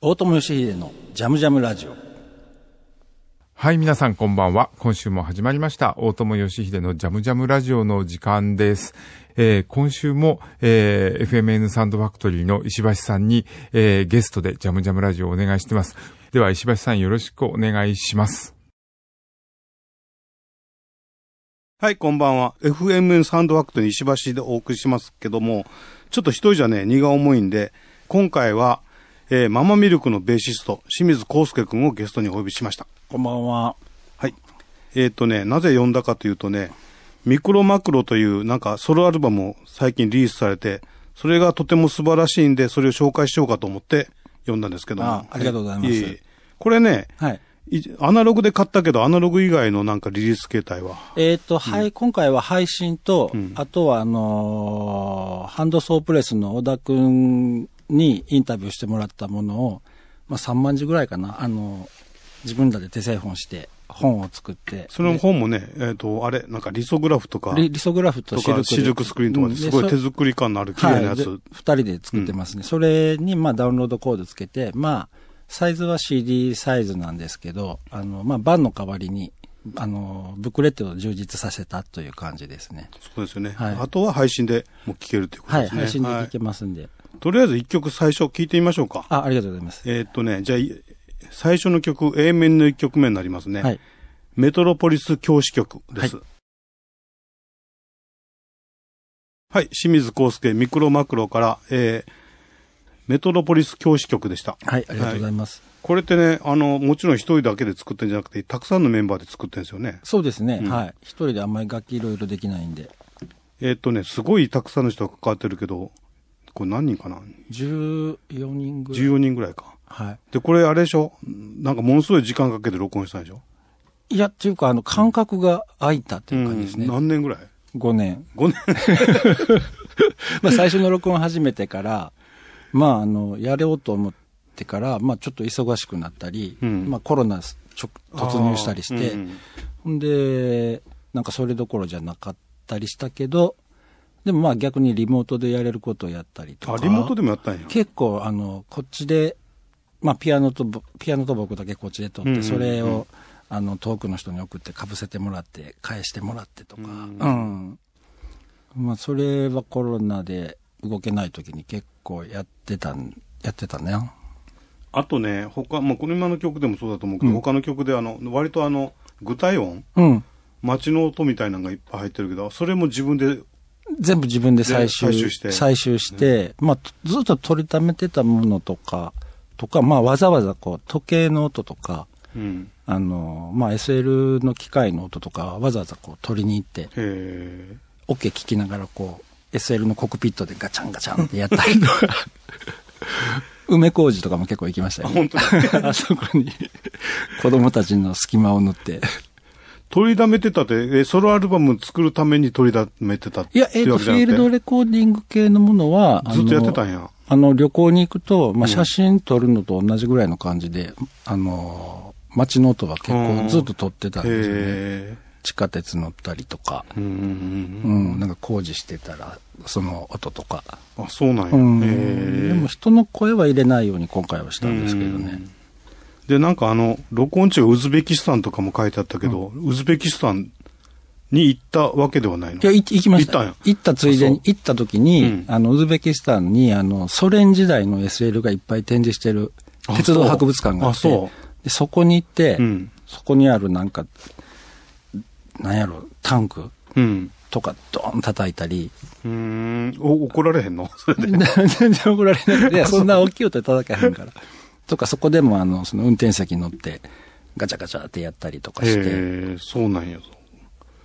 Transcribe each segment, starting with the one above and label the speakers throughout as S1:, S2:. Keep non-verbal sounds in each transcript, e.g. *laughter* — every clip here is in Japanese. S1: 大友義秀のジャムジャムラジオ。
S2: はい、皆さんこんばんは。今週も始まりました。大友義秀のジャムジャムラジオの時間です。えー今週も、えー FMN サンドファクトリーの石橋さんに、えーゲストでジャムジャムラジオをお願いしてます。では、石橋さんよろしくお願いします。
S3: はい、こんばんは。FMN サウンドファクトリー石橋でお送りしますけども、ちょっと一人じゃね、荷が重いんで、今回は、えーママミルクのベーシスト、清水康介くんをゲストにお呼びしました。
S1: こんばんは。
S3: はい。えっ、とね、なぜ呼んだかというとね、ミクロマクロというなんかソロアルバムを最近リリースされて、それがとても素晴らしいんで、それを紹介しようかと思って呼んだんですけども。
S1: あありがとうございます
S3: ええこれね、
S1: はい。
S3: いアナログで買ったけど、アナログ以外のなんかリリース形態は。
S1: えっ、と、はい、今回は配信と、
S3: ん
S1: あとはあのーハンドソープレスの小田くんにインタビューしてもらったものを、まあ3万字ぐらいかな、あのー自分らで手製本して、本を作って。
S3: その本もね、えっ、と、あれ、なんかリソグラフとか、
S1: リリソグラフと
S3: と
S1: シルク
S3: か
S1: で。
S3: シルクスクリーンとか
S1: う
S3: で
S1: ん
S3: すごい手
S1: そ
S3: 作り感のある綺麗なやつ。
S1: はいで二人で作ってますね。それに、まあ、ダウンロードコードつけて、まあ、サイズは CD サイズなんですけど、あの、まあ、版の代わりに、あの、ブックレットを充実させたという感じですね。
S3: そうですよね、
S1: はい
S3: あとは配信でもう聴けるということ
S1: はい、
S3: ですね。
S1: 配信で
S3: は
S1: 聞
S3: い
S1: けますんで。
S3: とりあえず一曲最初聴いてみましょうか。
S1: あ、ありがとうございます。
S3: えーっとね、じゃあ、い最初の曲、A 面の一曲目になりますね。
S1: はい。
S3: メトロポリス教師局です。
S1: は
S3: はい、清水康介、ミクロマクロから、えーメトロポリス教師局でした。
S1: はい、ありがとうございます。
S3: これってね、あの、もちろん一人だけで作ってんじゃなくて、たくさんのメンバーで作ってんですよね。
S1: そうですね、
S3: うん
S1: はい。一人であんまり楽器いろいろできないんで。
S3: えーっとね、すごいたくさんの人が関わってるけど、これ何人かな
S1: 14人ぐらい。
S3: ?14 人ぐらいか。
S1: はい。
S3: で、これあれでしょなんかものすごい時間かけて録音したんでしょ
S1: いや、っていうか、あの、感覚が空いたっていう感じですね。
S3: うん何年ぐらい
S1: 5年。
S3: ?5 年
S1: まあ最初の録音始めてから、まああの、やろうと思ってから、まあちょっと忙しくなったり、
S3: うん
S1: まあコロナちょ *laughs* 突入したりして、
S3: うんうん
S1: ほんで、なんかそれどころじゃなかったりしたけど、でもまあ逆にリモートでやれることをやったりと
S3: あ、
S1: か。
S3: リモートでもやったんや。
S1: 結構あの、こっちで、まあピアノとぼ、ピアノと僕だけこっちで撮って、
S3: うんうんうん
S1: それを、あの、遠くの人に送って、被せてもらって、返してもらってとか、うん。まあ、それはコロナで動けない時に結構やってたん、やってたね。
S3: あとね、他、まあ、この今の曲でもそうだと思うけど、他の曲であの、割とあの、具体音
S1: うん。
S3: 街の音みたいなのがいっぱい入ってるけど、それも自分で、
S1: 全部自分で採集
S3: で採集して
S1: 採集してまあ、とずっと取りためてたものとか、とか、まあ、わざわざこう、時計の音とか、
S3: うん。
S1: あの、まあ、SL の機械の音とか、わざわざこう、取りに行って、
S3: へ
S1: オケ聞きながらこう、SL のコクピットでガチャンガチャンってやったりとか、 *laughs* 梅小路とかも結構行きました
S3: ーあ、
S1: よ、
S3: 本当
S1: *laughs*
S3: に。
S1: あそこに子供たちの隙間を縫って。
S3: 取りだめてたって、え、ソロアルバム作るために取りだめてたって
S1: いや、えっ、
S3: いう
S1: と、
S3: わ
S1: フ
S3: けじゃな
S1: ィ
S3: く
S1: ー
S3: て
S1: ルドレコーディング系のものは、あの
S3: ずっとやってたんや。
S1: あの、旅行に行くと、まあ、写真撮るのと同じぐらいの感じで、あの、街の音は結
S3: う
S1: 構
S3: ん
S1: ずっと撮ってたんですよね。
S3: へ
S1: 地下鉄乗ったりとか、
S3: え。うんうんうん
S1: う。ん、なんか工事してたら、その音とか。
S3: あ、そうなん
S1: う
S3: や。
S1: ん
S3: へえ
S1: でも人の声は入れないように今回はしたんですけどね。
S3: で、なんかあの、録音中ウズベキスタンとかも書いてあったけど、ウズベキスタンに行ったわけではないの
S1: いや、い行きまし
S3: 行ったん
S1: た
S3: や。
S1: 行ったついでに、行った時に、
S3: うん
S1: あの、ウズベキスタンに、あの、ソ連時代の SL がいっぱい展示してる
S3: あ
S1: 鉄道博物館があって、
S3: そうあそ
S1: でそこに行って、
S3: うん
S1: そこにあるなんか、なんやろ、タンク
S3: うん。
S1: とかドーン叩いたり、
S3: うーん。お、怒ら
S1: *laughs*
S3: れへんのそれで。
S1: 全然怒られない。いや、そんな大きい音で叩かへんから。と *laughs* か、そこでも、あの、その運転席に乗って、ガチャガチャってやったりとか
S3: へ
S1: して、
S3: え、そうなんや。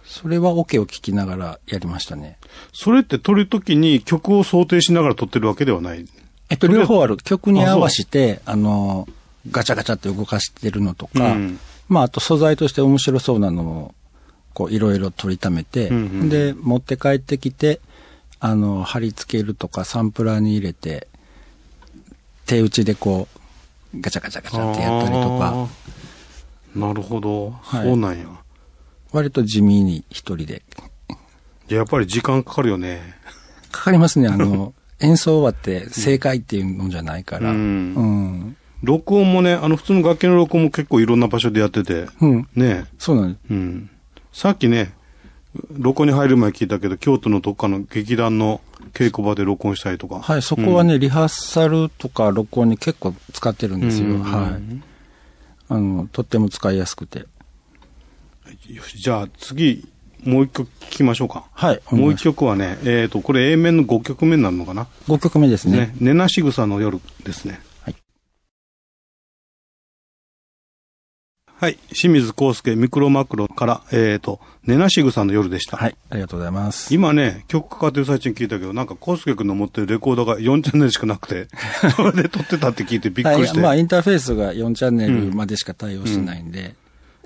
S1: それはオ、ケを聞きながらやりましたね。
S3: それって撮るときに曲を想定しながら撮ってるわけではない。
S1: えっと、
S3: それ
S1: 両方ある。曲に合わせて、あの、ガチャガチャって動かしてるのとか、
S3: うん
S1: まあ、あと素材として面白そうなのを、こう、いろいろ取りためて、
S3: うんうん
S1: で、持って帰ってきて、あの、貼り付けるとか、サンプラーに入れて、手打ちでこう、ガチャガチャガチャってやったりとか、
S3: あー。なるほど。
S1: はい
S3: そうなんや。
S1: 割と地味に一人で。
S3: でやっぱり時間かかるよね。 *laughs*
S1: かかりますね、あの、演奏終わって正解っていうのじゃないから。
S3: う
S1: うんん。
S3: 録音もね、あの、普通の楽器の録音も結構いろんな場所でやってて、
S1: うん。
S3: ね
S1: そうなんです。
S3: え、うん。さっきね、録音に入る前聞いたけど、京都のどっかの劇団の稽古場で録音したりとか。
S1: はい、そこはね、リハーサルとか録音に結構使ってるんですよ。
S3: うん
S1: はい。あの、とっても使いやすくて。
S3: よし、じゃあ次、もう一曲聞きましょうか。
S1: はい、
S3: もう一曲はね、えっ、と、これ A 面の5曲目になるのかな。
S1: 5曲目ですね。
S3: ね。寝なしぐさの夜ですね。
S1: はい。
S3: はい。清水康介、ミクロマクロから、えっ、と、寝なしぐさの夜でした。
S1: はい、ありがとうございます。
S3: 今ね、曲かかってる最中に聞いたけど、なんか、コスケ君の持ってるレコードが4チャンネルしかなくて、 *laughs* それで撮ってたって聞いてびっくりして。
S1: はいまあ、インターフェースが4チャンネルまでしか対応してないんで、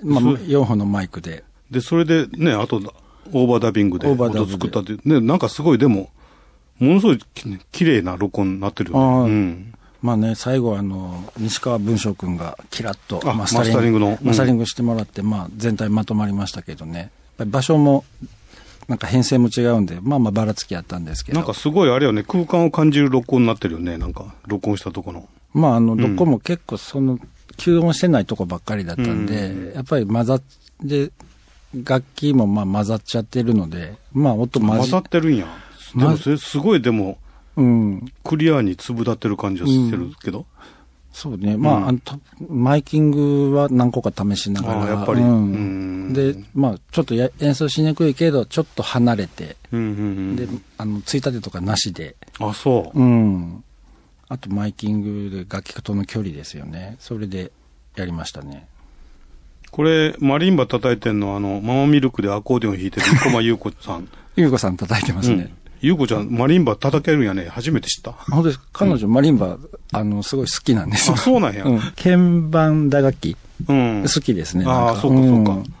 S1: まあ、
S3: そう
S1: 4本のマイクで。
S3: で、それでね、あと、オーバーダビングで
S1: オーバーダビン
S3: 音
S1: グで
S3: 作ったって、ね、なんかすごい、でも、ものすごいき綺麗な録音になってるよ
S1: あー
S3: ね。うん。
S1: まあね、最後はあの、西川文章君がキラッと
S3: あ
S1: マスタリング
S3: マスタリングのうん
S1: マスタリングしてもらって、まあ全体まとまりましたけどね。やっぱり場所も、なんか編成も違うんで、まあまあばらつきあったんですけど。
S3: なんかすごいあれよね、空間を感じる録音になってるよね、なんか、録音したとこの。
S1: まあ、あの、どこも結構その、吸音してないとこばっかりだったんで、やっぱり混ざって、楽器もまあ混ざっちゃってるので、まあ音混
S3: 混
S1: じ
S3: ざってるんや。でも、
S1: ま
S3: それすごい、でも、
S1: うん。
S3: クリアに粒立ってる感じはしてるけど。
S1: そうね。まあ、
S3: うん
S1: あのとマイキングは何個か試しなが
S3: あ
S1: ら。
S3: あ、やっぱり。
S1: うん
S3: うん
S1: で、まあ、ちょっとや演奏しにくいけど、ちょっと離れて、
S3: うんうん
S1: で、あの、ついたてとかなしで、
S3: うん。あ、そう。
S1: うん。あと、マイキングで楽器との距離ですよね。それでやりましたね。
S3: これ、マリンバ叩いてんのは、あの、ママミルクでアコーディオン弾いてる、生駒優子さん。
S1: ゆうこさん叩いてますね。
S3: うん優子ちゃん、マリンバ叩けるんやね。初めて知った。
S1: 本当ですか彼女、マリンバ、あの、すごい好きなんですよ
S3: あ、。そうなんや。
S1: うん。鍵盤打楽器、
S3: うん。
S1: 好きですね。
S3: あー
S1: なん
S3: そうかそうか
S1: ん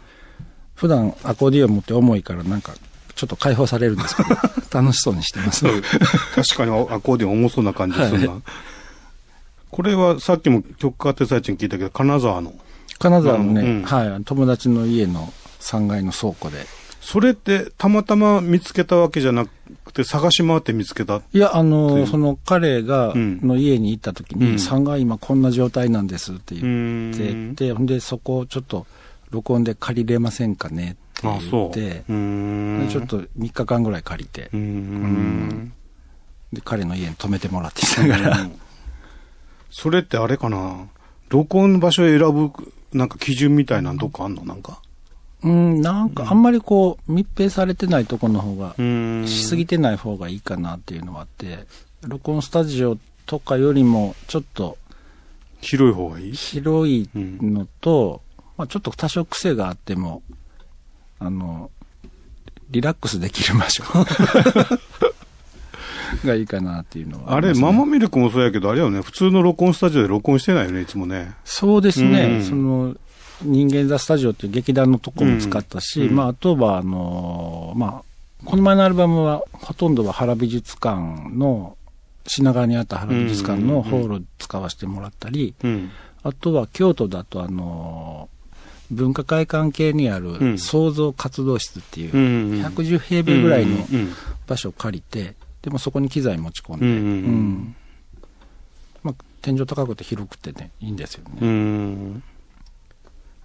S1: 普段アコーディオン持って重いから、なんか、ちょっと解放されるんですけ
S3: *laughs*
S1: ど、楽しそうにしてます。
S3: そう確かにアコーディオン重そうな感じするな。これはさっきも曲かかってる最中に聞いたけど、金沢の。
S1: 金沢のね、
S3: うん
S1: はい、友達の家の3階の倉庫で。
S3: それってたまたま見つけたわけじゃなくて、探し回って見つけた。
S1: いや、あ
S3: う
S1: の、
S3: ん
S1: その彼が、
S3: うん
S1: の家に行った時に、
S3: うん
S1: 3階今こんな状態なんですって
S3: う
S1: 言って
S3: ん。
S1: て、ほんで、そこをちょっと録音で借りれませんかねって
S3: あ、
S1: 言
S3: そ
S1: っ
S3: う。
S1: て、
S3: うん。
S1: でちょっと3日間ぐらい借りて
S3: う、ん。
S1: で、彼の家に泊めてもらってきたから。
S3: うんそれってあれかな録音場所を選ぶ、なんか基準みたいなのどっかあんのなんか。
S1: *laughs* うん、なんかあんまりこう、密閉されてないとこの方が、
S3: ん
S1: しすぎてない方がいいかなっていうのはあって、録音スタジオとかよりも、ちょっと、
S3: 広い方がいい
S1: 広いのと、まあ、ちょっと多少癖があっても、あの、リラックスできる場所 *laughs* がいいかなっていうのは
S3: あ
S1: りま
S3: れ、
S1: すね
S3: ママミルクもそうやけど、あれよね、普通の録音スタジオで録音してないよね、いつもね。
S1: そうですね、
S3: うん
S1: その、人間座スタジオっていう劇団のとこも使ったし、
S3: うん
S1: まあ、あとは、あのーまあ、この前のアルバムは、ほとんどは原美術館の、品川にあった原美術館のホールを使わせてもらったり、
S3: うん。
S1: あとは京都だとあのー文化会館系にあ
S3: う
S1: る
S3: ん
S1: 創造活動室っていうう、
S3: ん。
S1: 110平米ぐらいの
S3: うん
S1: 場所を借りて、でもそこに機材持ち込ん
S3: う
S1: で、うん
S3: ん。
S1: まあ、天井高くて広くてね、いいんですよね。
S3: うん。うん。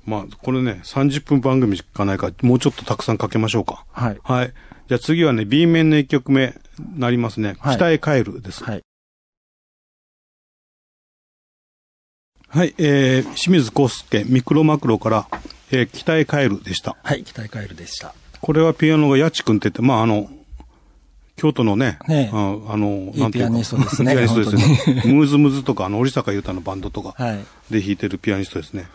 S3: まあ、これね、30分番組しかないから、もうちょっとたくさんかけましょうか。
S1: はい。
S3: はい。じゃあ次はね、B 面の1曲目、なりますね。
S1: はい
S3: 北へ帰るです。
S1: はい。
S3: はい、えー、清水康介、ミクロマクロから、えー、北へ帰るでした。
S1: はい、北へ帰るでした。
S3: これはピアノが八千君って言って、まあ、あの、京都のね、
S1: ねえ
S3: ああの、
S1: いいピアニストですね
S3: *laughs* ピアニストですね。ムーズムズとか、あの、織坂優太のバンドとか
S1: はい。
S3: で弾いてるピアニストですね。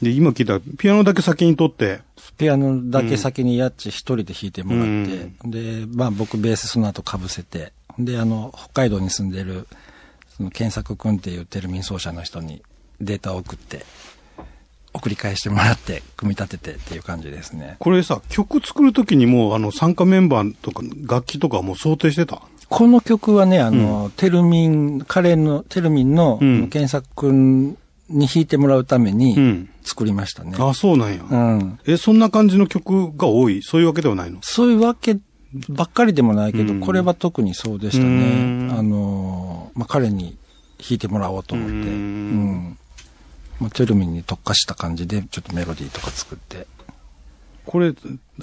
S3: で、今聞いたら、ピアノだけ先に取って、
S1: ピアノだけ先にヤッチ一人で弾いてもらって、で、まあ僕ベースその後被せて、で、あの、北海道に住んでる、その検索くんっていうテルミン奏者の人にデータを送って、送り返してもらって、組み立ててっていう感じですね。
S3: これさ、曲作るときにもう、あの、参加メンバーとか、楽器とかもう想定してた。
S1: この曲はね、あの、テルミン、彼の、テルミンの
S3: うん
S1: 検索くんに弾いてもらうため
S3: う
S1: に
S3: ん。
S1: 作りましたね。
S3: あ、そうなんや。
S1: うん。
S3: え、そんな感じの曲が多いそういうわけではないの
S1: そういうわけばっかりでもないけど、
S3: うん
S1: これは特にそうでした
S3: うん
S1: ね。あのー、まあ、彼に弾いてもらおうと思って。
S3: う
S1: うんん。まあ、チェルミンに特化した感じで、ちょっとメロディーとか作って。
S3: これ、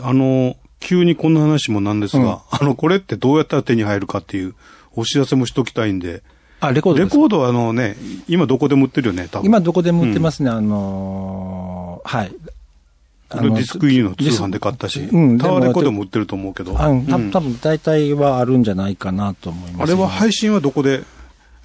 S3: あの、急にこんな話もなんですが、あの、これってどうやったら手に入るかっていうお知らせもしときたいんで、
S1: あ、レコード
S3: レ
S1: です
S3: コードはあのね、今どこでも売ってるよね、多分。
S1: 今どこでも売ってますね、あのーはい。
S3: あのディスク E の通販で買ったし、
S1: うん
S3: タワーレコードも売ってると思うけど、
S1: あうん、た
S3: うん
S1: 多分大体はあるんじゃないかなと思い
S3: あ
S1: ます、
S3: れは配信はどこで、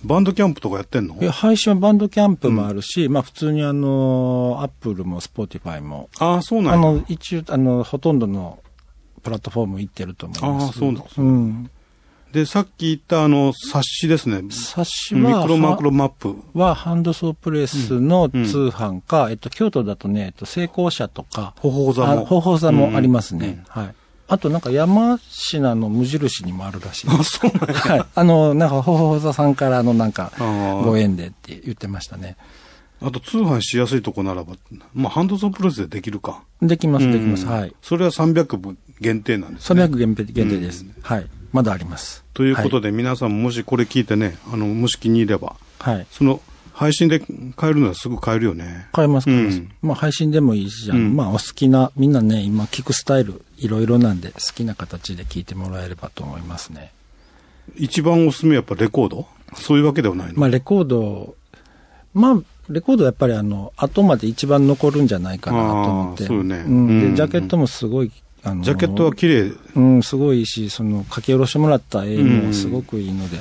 S3: バンドキャンプとかやってんの
S1: いや配信はバンドキャンプもあるし、まあ普通にあの、アップルもスポーティファイも、
S3: ああ、そうな
S1: あ
S3: んや。
S1: の、一応、あの、ほとんどのプラットフォーム行ってると思います。
S3: ああそうなんです
S1: うん。
S3: で、さっき言ったあの、冊子ですね。
S1: 冊子
S3: ミ
S1: は、
S3: クロマクロマップ。
S1: はハンドソープレスの
S3: うん
S1: 通販か、えっと、京都だとね、えっと、成功者とか、
S3: ほほほ座
S1: あ
S3: も。
S1: 方法座もありますね。
S3: うんうん
S1: はい。あとなんか山品の無印にもあるらしいです
S3: *laughs* あ、そうなんや。
S1: はい。あの、なんか、ほほほざさんからあの、なんか
S3: あ、ー
S1: ご縁でって言ってましたね。
S3: あと通販しやすいとこならば、まあ、ハンドソープロレスでできるか。
S1: できます、できます。
S3: うん
S1: はい。
S3: それは300部限定なんですね。
S1: 300限定限定です、はい。まだあります。
S3: ということ
S1: で。
S3: で、皆さんもしこれ聞いてね、あの、もし気に入れば、
S1: はい。
S3: その、配信で買えるのはすぐ買えるよね。
S1: 買えます、買えます。
S3: うん
S1: まあ、配信でもいいし、あの
S3: うん
S1: まあ、お好きな、みんなね、今、聞くスタイル、いろいろなんで、好きな形で聞いてもらえればと思いますね。
S3: 一番おすすめはやっぱレコードそういうわけではないの、
S1: まあ、レコード、まあ、レコードはやっぱりあの、後まで一番残るんじゃないかなと思って。
S3: あーそうね
S1: ん。
S3: うん
S1: で、ジャケットもすごい、あの、
S3: ジャケットは綺麗。
S1: うん、すごいいいし、その、書き下ろしてもらった絵もすごくいいので。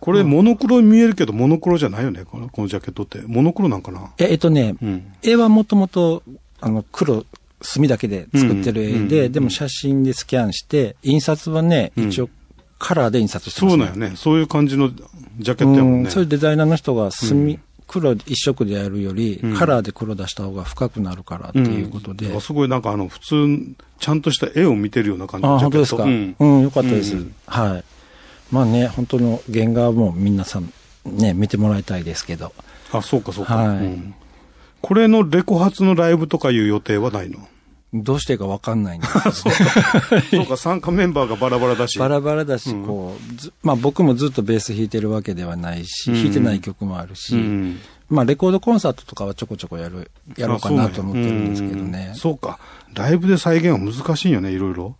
S3: これモノクロに見えるけど、モノクロじゃないよね、このこのジャケットって。モノクロなんかな
S1: え、えっとね、
S3: うん。
S1: 絵はもともと、あの、黒、墨だけで作ってる絵
S3: うん
S1: で、
S3: うん
S1: でも写真でスキャンして、印刷はね、
S3: うん
S1: 一応、カラーで印刷して
S3: そ
S1: ます、
S3: うなんよね。そういう感じのジャケットやもん
S1: う
S3: ね。
S1: そういうデザイナーの人が墨、
S3: うん
S1: 黒一色でやるより、
S3: うん
S1: カラーで黒出した方が深くなるからっていうことで。
S3: んすごいなんかあの、普通、ちゃんとした絵を見てるような感じ
S1: あ
S3: の
S1: あ、
S3: ジャ
S1: 本
S3: ケ
S1: 当で
S3: ッ
S1: す
S3: ト。
S1: か。う
S3: うん
S1: ん、よかったです、
S3: うん
S1: はい。まあね、本当の原画はもう皆さん、ね、見てもらいたいですけど。
S3: あ、そうかそうか、
S1: はい
S3: うんこれのレコ発のライブとかいう予定はない
S1: *laughs*
S3: の
S1: どうしてかわかんないん
S3: *laughs*
S1: ですよね
S3: そうか、参加メンバーがバラバラだし。
S1: バラバラだし、こう、ずまあ僕もずっとベース弾いてるわけではないし、
S3: うん
S1: 弾いてない曲もあるし、
S3: うん
S1: まあレコードコンサートとかはちょこちょこやる、やろうかなと思ってるんですけどね。
S3: あそうなんやうんそうか。ライブで再現は難しいよね、いろいろ。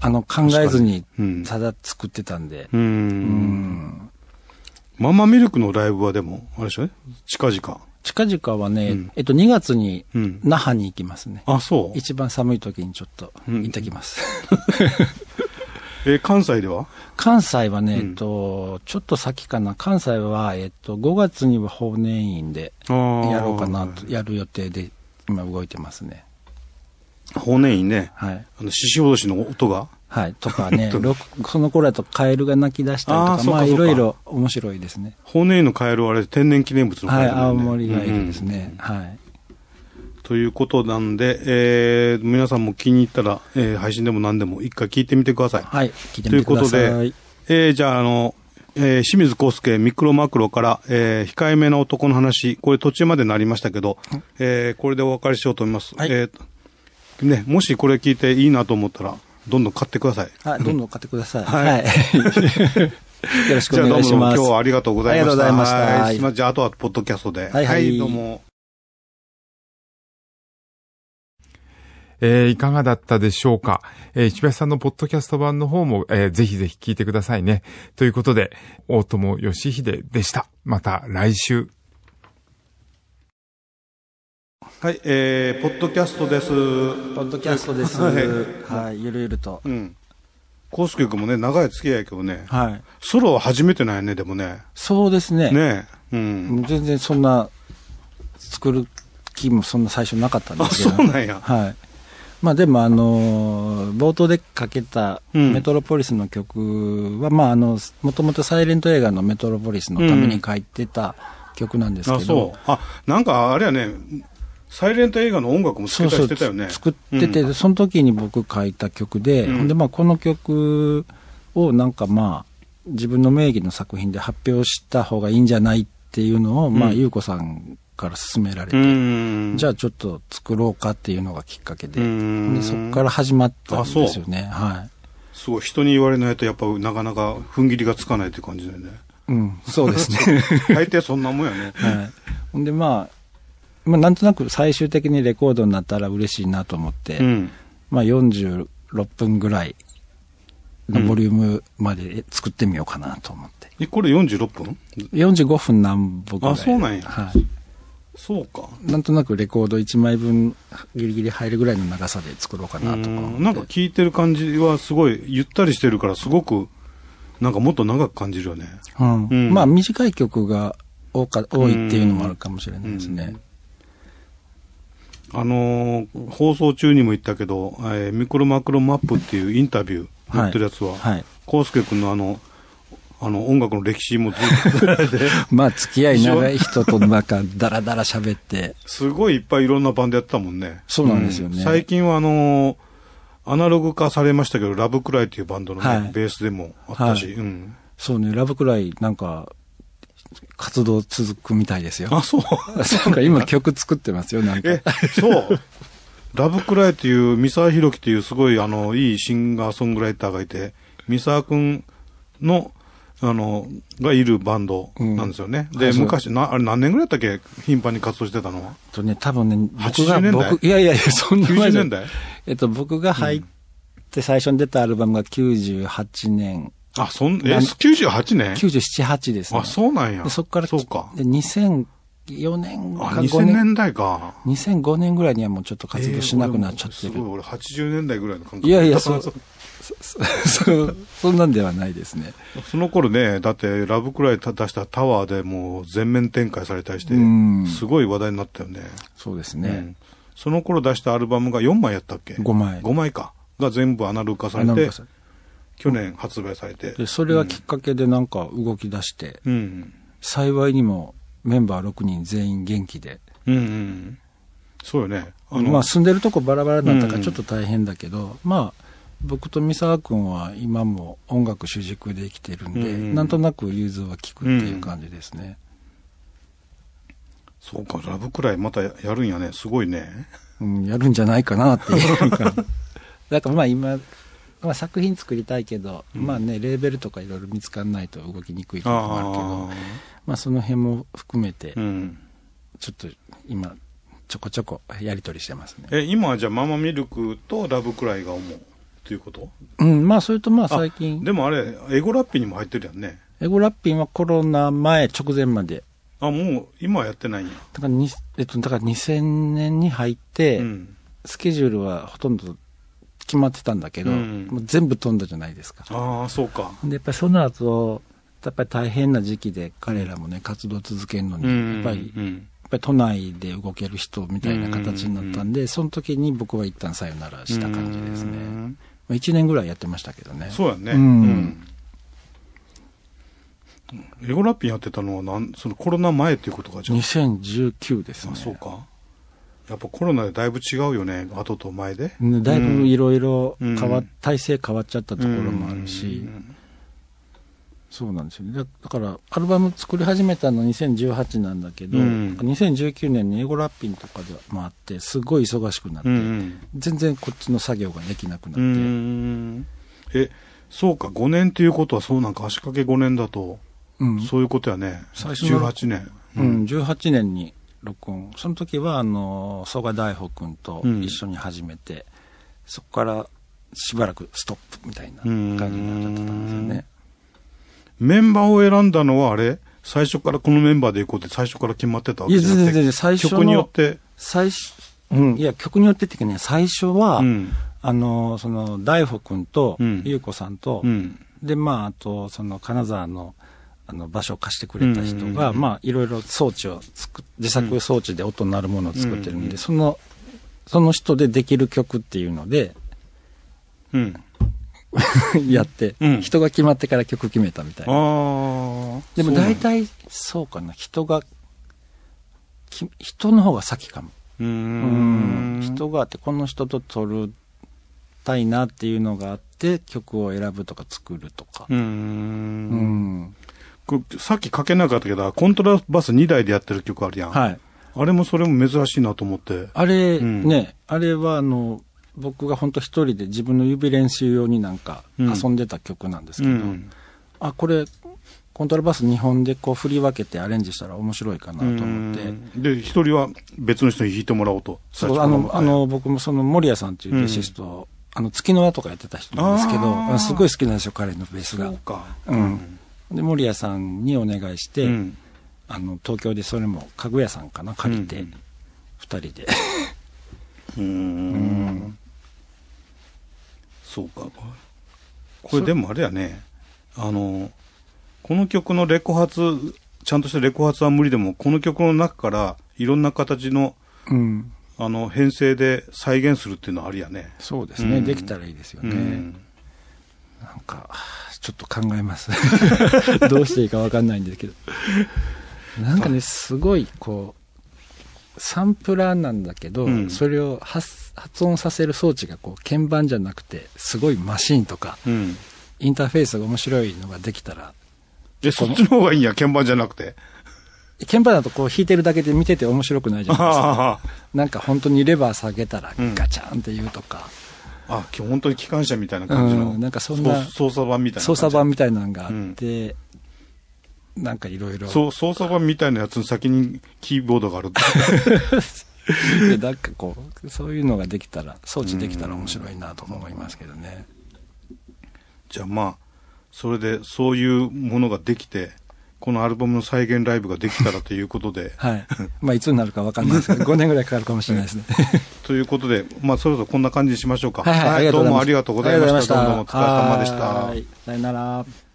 S1: あの、考えずに
S3: うん、
S1: ただ作ってたんで。
S3: うん
S1: うん
S3: ママミルクのライブはでも、あれでしょ近々。
S1: 近々はね、
S3: うん
S1: えっと2月に
S3: うん
S1: 那覇に行きますね。
S3: あ、そう。
S1: 一番寒い時にちょっと行ってきます。
S3: えー関西では
S1: 関西はね、
S3: ん
S1: えっと、ちょっと先かな。関西は、えっと、5月には法年院で
S3: や
S1: やろうかなと、やる予定で今動いてますね。
S3: 骨にね、
S1: はい。
S3: あの、獅子おどしの音が。
S1: はい。とか
S3: *laughs*
S1: ね、ロックその頃だとカエルが鳴き出したり
S3: あー
S1: と
S3: そ
S1: か、
S3: う
S1: まあ
S3: かそう
S1: い
S3: か
S1: ろいろ面白いですね。
S3: 骨にのカエルはあれ、天然記念物のカ
S1: は
S3: エ
S1: い。
S3: ルな
S1: 青
S3: んで、
S1: 森がいるです
S3: うん
S1: ね。はい。
S3: ということなんで、えー皆さんも気に入ったら、えー配信でも何でも一回聞いてみてください。
S1: はい。聞いて
S3: とい
S1: み
S3: う
S1: てく
S3: こ
S1: だ
S3: と
S1: さい。
S3: で、えーじゃあ、あの、えー清水康介、ミクロマクロから、えー控えめな男の話、これ途中までなりましたけど、えーこれでお別れしようと思います。
S1: はい
S3: えーね、もしこれ聞いていいなと思ったら、どんどん買ってください。
S1: あ、どんどん買ってください。
S3: は
S1: はい
S3: *laughs*
S1: い。よろしく
S3: じゃ
S1: お
S3: あど
S1: 願い
S3: うも
S1: し
S3: どうも
S1: ます。
S3: 今日はありがとうございました。
S1: ありがとうございました
S3: はすいません。じゃあ、あとはポッドキャストで。
S1: はいはい
S3: どうも。
S2: えーいかがだったでしょうか、えー石橋さんのポッドキャスト版の方も、えーぜひぜひ聞いてくださいね。ということで、大友義秀でした。また来週。
S3: はい、えー、ポッドキャストです。う
S1: ポッドキャストです。
S3: はい
S1: はい。ゆるゆると。
S3: ん。コ介君もね、長い付き合いやけどね、
S1: はい。
S3: ソロは初めてなんやね、でもね。
S1: そうですね。
S3: ねえ。うん。
S1: 全然そんな、作る気もそんな最初なかったんで
S3: あ、
S1: すけ
S3: そ
S1: ど。
S3: うなんや。
S1: はい。まあでもあのー冒頭でかけた
S3: うん
S1: メトロポリスの曲は、まああの、もともとサイレント映画のメトロポリスのために書いてた曲なんですけど、
S3: あ、そう。あ、なんかあれやね、サイレント映画の音楽も
S1: そ
S3: 付
S1: う
S3: けたり
S1: そう
S3: してたよね。
S1: 作ってて、
S3: うん
S1: その時に僕書いた曲で、
S3: うん
S1: でまあこの曲をなんかまあ自分の名義の作品で発表した方がいいんじゃないっていうのを、まあ
S3: うん
S1: 優子さんから勧められ
S3: う
S1: て、
S3: ん。
S1: じゃあちょっと作ろうかっていうのがきっかけで、
S3: うん
S1: でそこから始まったんですよね。はい。
S3: すごい、人に言われないとやっぱなかなか踏ん切りがつかないって感じ
S1: *laughs*
S3: だよね。
S1: うん、そうですね。
S3: 大抵そんなもんやね。
S1: はい。ほんでまあ、まあ、なんとなく最終的にレコードになったら嬉しいなと思って、
S3: うん。
S1: まあ、46分ぐらいのボリュームまで作ってみようかなと思って。
S3: えこれ46分
S1: 45分何本ぐらい
S3: あそうなんや
S1: はい。
S3: そうか。
S1: なんとなくレコード1枚分ギリギリ入るぐらいの長さで作ろうかなとか思って
S3: うんなんか聞いてる感じはすごいゆったりしてるからすごくなんかもっと長く感じるよね。
S1: うん
S3: うん
S1: まあ短い曲が多か多いっていうのもあるかもしれないですね。
S3: あのー放送中にも言ったけど、えーミクロマクロマップっていうインタビューやってるやつは、
S1: はい。
S3: コウスケ君のあの、あの音楽の歴史もずっ
S1: *laughs*
S3: とで、
S1: まあ付き合い長い人となんかダラダラ喋って、
S3: すごいいっぱいいろんなバンドやってたもんね。
S1: そうなんですよね。
S3: 最近はあのーアナログ化されましたけど、ラブクライっていうバンドのね、
S1: はい
S3: ベースでもあったし、
S1: はい
S3: うん。
S1: そうね、ラブくらいなんか活動続くみたいですよ。
S3: あ、そう。
S1: *laughs* なんか今曲作ってますよ、なんか。
S3: え、そう。ラブクライという、三沢宏樹というすごい、あの、いいシンガーソングライターがいて、三沢くんの、あの、がいるバンドなんですよね。
S1: うん
S3: で、
S1: はいそう
S3: 昔、な、あれ何年ぐらいだったっけ頻繁に活動してたのは。
S1: とね、多分ね、僕
S3: 80
S1: が、
S3: 年代
S1: 僕、いやいやいや、そんな前
S3: 90
S1: じゃ
S3: 年代
S1: えっと、僕が入って最初に出たアルバムが98年、
S3: あ、そん、え、
S1: なん
S3: 98年
S1: 97、8ですね。
S3: あ、そうなんや。
S1: でそこから、
S3: そうか。
S1: で2004年
S3: あ、
S1: か5
S3: 2000
S1: 年、
S3: 年代か。
S1: 2005年ぐらいにはもうちょっと活動しなくなっちゃって
S3: え
S1: る。
S3: ー俺もすごい、俺80年代ぐらいの感覚
S1: いやいや、そう、 *laughs* そ、そう、そんなんではないですね。
S3: その頃ね、だって、ラブクライ出したタワーでもう全面展開されたりして
S1: うん、
S3: すごい話題になったよね。
S1: そうです
S3: う
S1: ね
S3: ん。その頃出したアルバムが4枚やったっけ
S1: 5枚。
S3: 5枚か。が全部アナログ化さ
S1: あ
S3: れ
S1: なん
S3: て
S1: か、さ
S3: 去年発売されて。
S1: で、それはきっかけでなんか動き出して、
S3: うん。
S1: 幸いにもメンバー6人全員元気で、
S3: うんうん。そうよね。あの、
S1: まあ住んでるとこバラバラだったか
S3: うん
S1: らちょっと大変だけど、まあ僕と三沢君は今も音楽主軸で生きてるんで、
S3: うん
S1: なんとなく融通は聞くっていう感じですね、
S3: そうか、ラブクライまたややるんやね。すごいね。
S1: うんやるんじゃないかなって
S3: *laughs*
S1: いうかだからまあ今、まあ、作品作りたいけど、まあねレーベルとかいろいろ見つかんないと動きにくいとこもあるけど
S3: あ
S1: まあその辺も含めて
S3: ー。うん。
S1: ちょっと今ちょこちょこやり取りしてますね
S3: え、今はじゃあママミルクとラブクライが思う。ということ
S1: うんまあそれとまあ最近
S3: でもあれ、エゴラッピーにも入ってるやんね。
S1: エゴラッピンはコロナ前直前まで
S3: あ、もう今はやってないんや。
S1: だからに、えっと、だから2000年に入って、
S3: うん。
S1: スケジュールはほとんど決まってたんだけど、
S3: うん
S1: もう全部飛んだじゃないですか。
S3: ああ、そうか。
S1: で、やっぱりその後、やっぱり大変な時期で彼らもね、活動続けるのに、
S3: うん。
S1: やっぱり、
S3: う
S1: や
S3: ん。
S1: っぱり都内で動ける人みたいな形になったんで、その時に僕は一旦さよならした感じです
S3: う
S1: ね。
S3: ん
S1: まあ、1年ぐらいやってましたけどね。
S3: そうやね。
S1: うん
S3: うんエゴラッピンやってたのはなん、そのコロナ前っていうことか、じゃあ。
S1: 2019ですね。
S3: あそうか。やっぱコロナでだいぶ違うよね、後と前で。
S1: ねだいぶいろいろ変わ、
S3: うん
S1: 体制変わっちゃったところもあるし、
S3: うん
S1: そうなんですよね。だだから、アルバム作り始めたの2018なんだけど、
S3: うん
S1: 2019年に英語ラッピングとかでもあって、すごい忙しくなって、
S3: うん
S1: 全然こっちの作業ができなくなっ
S3: う
S1: て、
S3: んうんえ、そうか、5年っていうことはそうなんか、足掛け5年だと、
S1: うん
S3: そういうことやね。
S1: 最初の
S3: 18年。
S1: うん18年に録音。その時は、あの、曽我大穂くんと一緒に始めて、そこからしばらくストップみたいな感じになっちゃってたんですよね。
S3: メンバーを選んだのはあれ最初からこのメンバーで行こうって最初から決まってたわ
S1: い
S3: け
S1: や、
S3: じゃな
S1: 全
S3: くて
S1: 然全然、最初
S3: 曲によ
S1: の
S3: っ、て。
S1: 最初、うん、いや、曲によってっていうかね、最初は、
S3: うん。
S1: あの、その、大穂くんと
S3: うん、
S1: ゆうこさんと、
S3: うん。
S1: で、まあ、あと、その、金沢の、あの、場所を貸してくれた人が、
S3: うん
S1: まあ、いろいろ装置を作っ、自作装置で音になるものを作ってるんで、
S3: うん
S1: その、その人でできる曲っていうので、
S3: うん。
S1: やって、
S3: うん
S1: 人が決まってから曲決めたみたいな。
S3: ああ。
S1: でも
S3: そうなん
S1: 大
S3: や
S1: 体、そうかな、人が、き人の方が先かも。
S3: うー
S1: うん
S3: ん。
S1: 人があって、この人と撮るたいなっていうのがあって、曲を選ぶとか作るとか。
S3: うー。
S1: うんん。
S3: これさっきかけなかったけど、コントラバス2台でやってる曲あるやん。
S1: はい。
S3: あれもそれも珍しいなと思って。
S1: あれ、
S3: うん
S1: ね、あれはあの、僕が本当一人で自分の指練習用になんか
S3: うん
S1: 遊んでた曲なんですけど、
S3: うん
S1: あ、これ、コントラバス2本でこう振り分けてアレンジしたら面白いかなと思って。
S3: うんで、一人は別の人に弾いてもらおうと。
S1: そう、あの、あ、の、僕もその、森谷さんっていうベーシスト、あの、月の輪とかやってた人なんですけど、
S3: あー
S1: すごい好きなんですよ、彼のベースが
S3: そう。か。
S1: うん。で、森谷さんにお願いして、
S3: うん
S1: あの、東京でそれも、家具屋さんかな、借り
S3: う
S1: て
S3: ん、
S1: 二、人で。
S3: うーん。そうか。これでもあれやね、あの、この曲のレコ発、ちゃんとしたレコ発は無理でも、この曲の中からいろんな形の、
S1: うん。
S3: あの、編成で再現するっていうのはありやね。
S1: そうですね、
S3: うん
S1: できたらいいですよね。
S3: うん
S1: なんか、ちょっと考えます。 *laughs* どうしていいかわかんないんですけど。なんかね、すごい、こう、サンプラーなんだけど、
S3: うん
S1: それを発発音させる装置が、こう、鍵盤じゃなくて、すごいマシンとか、
S3: うん。
S1: インターフェースが面白いのができたら、
S3: え、そっちの方がいいんや、鍵盤じゃなくて。
S1: 鍵盤だとこう弾いてるだけで見てて面白くないじゃないですか。
S3: *laughs* あ
S1: なんか本当にレバー下げたら
S3: うん
S1: ガチャンって言うとか、
S3: あ、あ、今日本当に機関車みたいな感じの。
S1: うんなんかそんな
S3: 操操作版みたいな感
S1: 操
S3: じ。
S1: 作版みたいなのがあって、なんかいろいろ
S3: そう、操作版みたいなやつの先にキーボードがあるっ
S1: で *laughs*
S3: て。
S1: なんかこう、そういうのができたら、装置できたら面白いなと思いますけどね。、
S3: じゃあまあ、それでそういうものができて、このアルバムの再現ライブができたらということで *laughs*
S1: はい。 *laughs* まあ、いつになるかわかんないですけど、5年ぐらいかかるかもしれないですね。
S3: ということで、まあそろそろこんな感じにしましょうか。
S1: *laughs* はい、はい、ありがと
S3: ど
S1: うござ
S3: う
S1: います。
S3: もありがとうございました。どうもお疲れ様でし
S1: ありがとうございま
S3: た
S1: は。いさよなら。